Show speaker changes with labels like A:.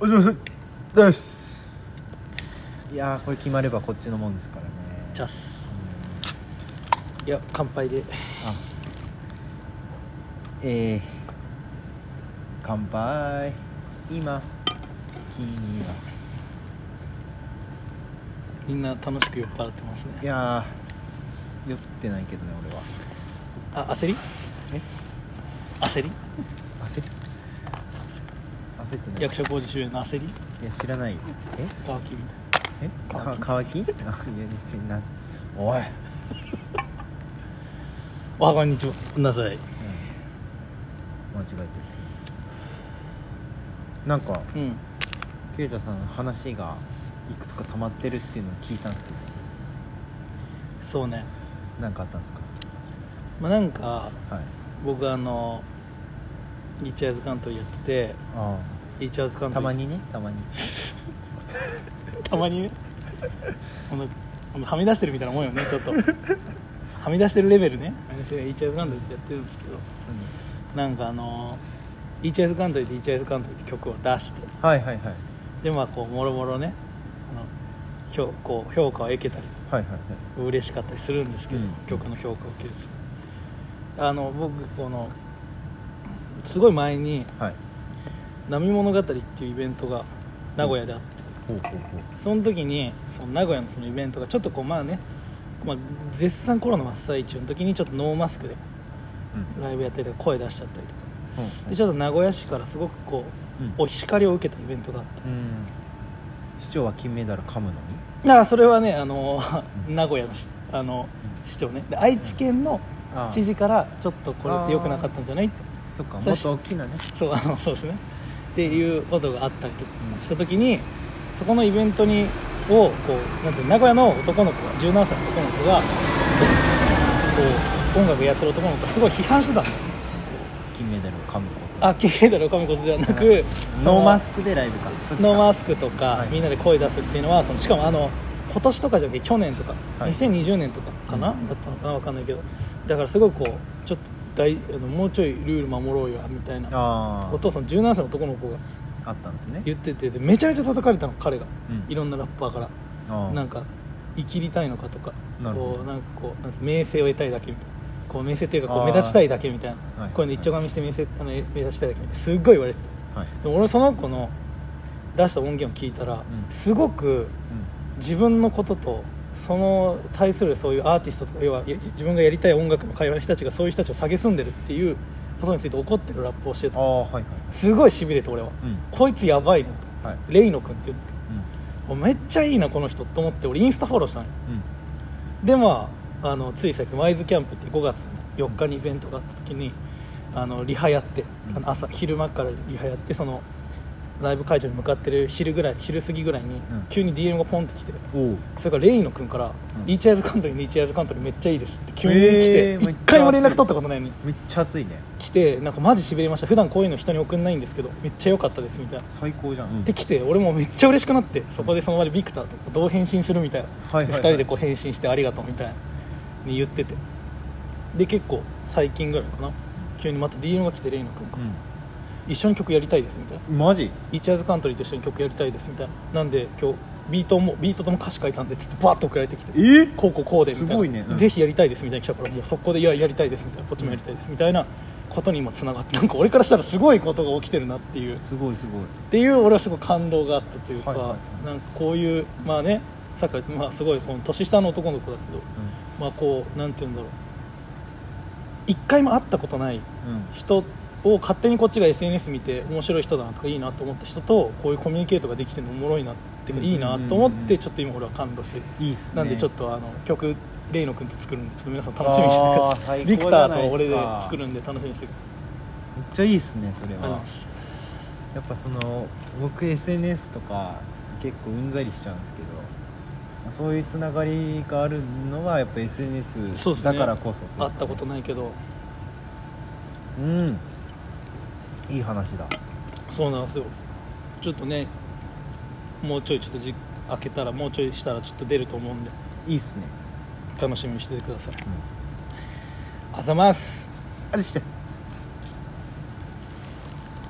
A: おしまいです
B: いやーこれ決まればこっちのもんですからね
C: チャスいや乾杯で
B: あえー、乾杯今君は
C: みんな楽しく酔っ払ってます
B: い
C: ね
B: やー酔ってないけどね俺は
C: あ焦り
B: え
C: 焦
B: 焦
C: り
B: っ焦ってない
C: 役所広司主演の焦り
B: いや知らないよえ
C: 乾きみた
B: え
C: い
B: か
C: 乾
B: 乾き
C: き
B: あいや別になおい、うん
C: なあこんにちはなさい
B: 間違えてるなんか
C: うん
B: ケイタさんの話がいくつか溜まってるっていうのを聞いたんですけど
C: そうね
B: 何かあったんですか
C: まあなんか
B: はい
C: 僕あのリーチャーズ関東やってて
B: あ
C: リーチャーズ関
B: あ
C: 東
B: たまにねたまに
C: たまにねこのこのはみ出してるみたいなもんよねちょっとはみ出してるレベルねはみ出してる HIS ガンドリってやってるんですけどなんかあの HIS ガンドリで HIS ガンドリって曲を出して
B: はいはいはい
C: でまあこうもろもろねあの評こう評価を受けたり
B: はいはいはい
C: 嬉しかったりするんですけど、
B: うん
C: 曲の評価を受けるんですあの僕このすごい前に
B: はい
C: 「波物語」っていうイベントが名古屋であって
B: ほうほうほ
C: その時にその名古屋のそのイベントがちょっとこうまあね、まあ、絶賛コロナ真っ最中の時にちょっとノーマスクで
B: ううん
C: ライブやったりとか声出しちゃったりとか
B: ほう
C: でちょっと名古屋市からすごくこ
B: うん
C: うお光を受けたイベントがあって
B: うん市長は金メダル噛むのに
C: だからそれはねあの
B: うん
C: 名古屋のしあの市長ねで愛知県の
B: ああ
C: 知事からちょっとこれって良くなかったんじゃないって
B: そっかも
C: そ
B: っ
C: し
B: と大きなね
C: そうあのそうですねっていうことがあったりとかした時にそこのイベントにをこうなんつうの名古屋の男の子が17歳の男の子がこうこう音楽やってる男の子がすごい批判してたんだよね
B: 金メダルを噛むこと
C: あ綺麗だろかむことではなく
B: ノーマス
C: ク
B: クでライブかそっちか
C: ノーマスクとか、
B: はい
C: みんなで声出すっていうのはそのしかもあの今年とかじゃなくて去年とか、
B: はい
C: 2020年とかかな、
B: うん
C: だったのかなわかんないけどだからすごいこうちょっと大あのもうちょいルール守ろうよみたいな
B: あ
C: ことをその17歳の男の子が
B: ああったんですね
C: 言っててでめちゃめちゃ叩かれたの彼が
B: うん
C: いろんなラッパーから、
B: ああ
C: なんか生きりたいのかとか
B: なるほ
C: こ
B: ど
C: うなんかこうなんか名声を得たいだけみたいなこう名声というかこ
B: あ
C: う
B: ー
C: 目立ちたいだけみたい
B: は
C: ないこういうの一丁紙して名声あの目立ちたいだけみたいなすっごい言われてた
B: はい
C: でも俺その子の出した音源を聞いたら、
B: ん
C: すごく自分のこととその対するそういうアーティストとか要は自分がやりたい音楽の会話の人たちがそういう人たちを蔑んでるっていうことについて怒ってるラップをして
B: あ
C: た
B: あはいはい
C: すごいしびれて俺は、
B: うん
C: こいつやばいなと
B: はい
C: レイノ君っていうの
B: うん
C: もうめっちゃいいなこの人と思って俺インスタフォローしたのよ
B: うん
C: でまああのつい最近ワイズキャンプって5月の4日にイベントがあった時にあのリハやって
B: うん
C: あの朝昼間からリハやってそのライブ会場に向かってる昼ぐらい昼過ぎぐらいに
B: ん
C: 急に DM がポンってきて
B: おう
C: それからレイノ君から
B: うん
C: 「リーチアイズカントリーリーチアイズカントリーめっちゃいいです」って急に
B: へー
C: 来て
B: めっ
C: 一
B: ちゃ
C: 回も連絡取ったことないのに
B: めっちゃ暑いね
C: 来てなんかマジしびれました普段こういうの人に送んないんですけどめっちゃ良かったですみたいな
B: 最高じゃん、うん
C: で来て俺もめっちゃ嬉しくなってそこでその場でビクターとどう返信するみたいな、
B: はいはいはい
C: 2人でこう返信してありがとうみたいなに言っててで結構最近ぐらいかな急にまた DM が来てレイノ君が、一緒に曲やりたいですみたいな
B: うんマジ
C: イーチャーズカントリーと一緒に曲やりたいですみたいななんで今日ビートもビートとも歌詞書いたんでちょっとバーッと送られてきて
B: え
C: こうこうこうでみたいな
B: すごいねうん
C: ぜひやりたいですみたいな来たからもう速攻でいややりたいですみたいなこっちもやりたいですみたいなことに今つながってなんか俺からしたらすごいことが起きてるなっていう
B: すごいすごい
C: っていう俺はすごい感動があったというか、
B: はいはいは
C: なんかこういうまあねさっきからまあすごいこの年下の男の子だけどまあこうなんて言うんだろう一回も会ったことない
B: うん、うん、
C: 人を勝手にこっちが SNS 見て面白い人だなとかいいなと思った人とこういうコミュニケートができてるのおもろいなっていう
B: う
C: か
B: ん
C: いいなと思っ
B: うんうんう
C: て
B: ん
C: ちょっと今俺は感動してる、
B: いいっすね
C: なんでちょっとあの曲レイノ君と作るんでちょっと皆さん楽しみにしてくださ
B: あ
C: い
B: ー
C: ビクターと
B: 最高
C: 俺
B: じ
C: で
B: ゃないですか
C: 作るんで楽しみにしてくだ
B: めっちゃいいっすねそれ
C: さい
B: はやっぱその僕 SNS とか結構うんざりしちゃうんですけどまあそういうつながりがあるのはやっぱ
C: そうっ
B: SNS
C: すね
B: だからこそというか
C: 会ったことないけど
B: うんいい話だ
C: そうなんですよちょっとねもうちょいちょっとじ開けたらもうちょいしたらちょっと出ると思うんで
B: いいっすね
C: 楽しみにしててください、
B: ん
C: あざます
B: あれして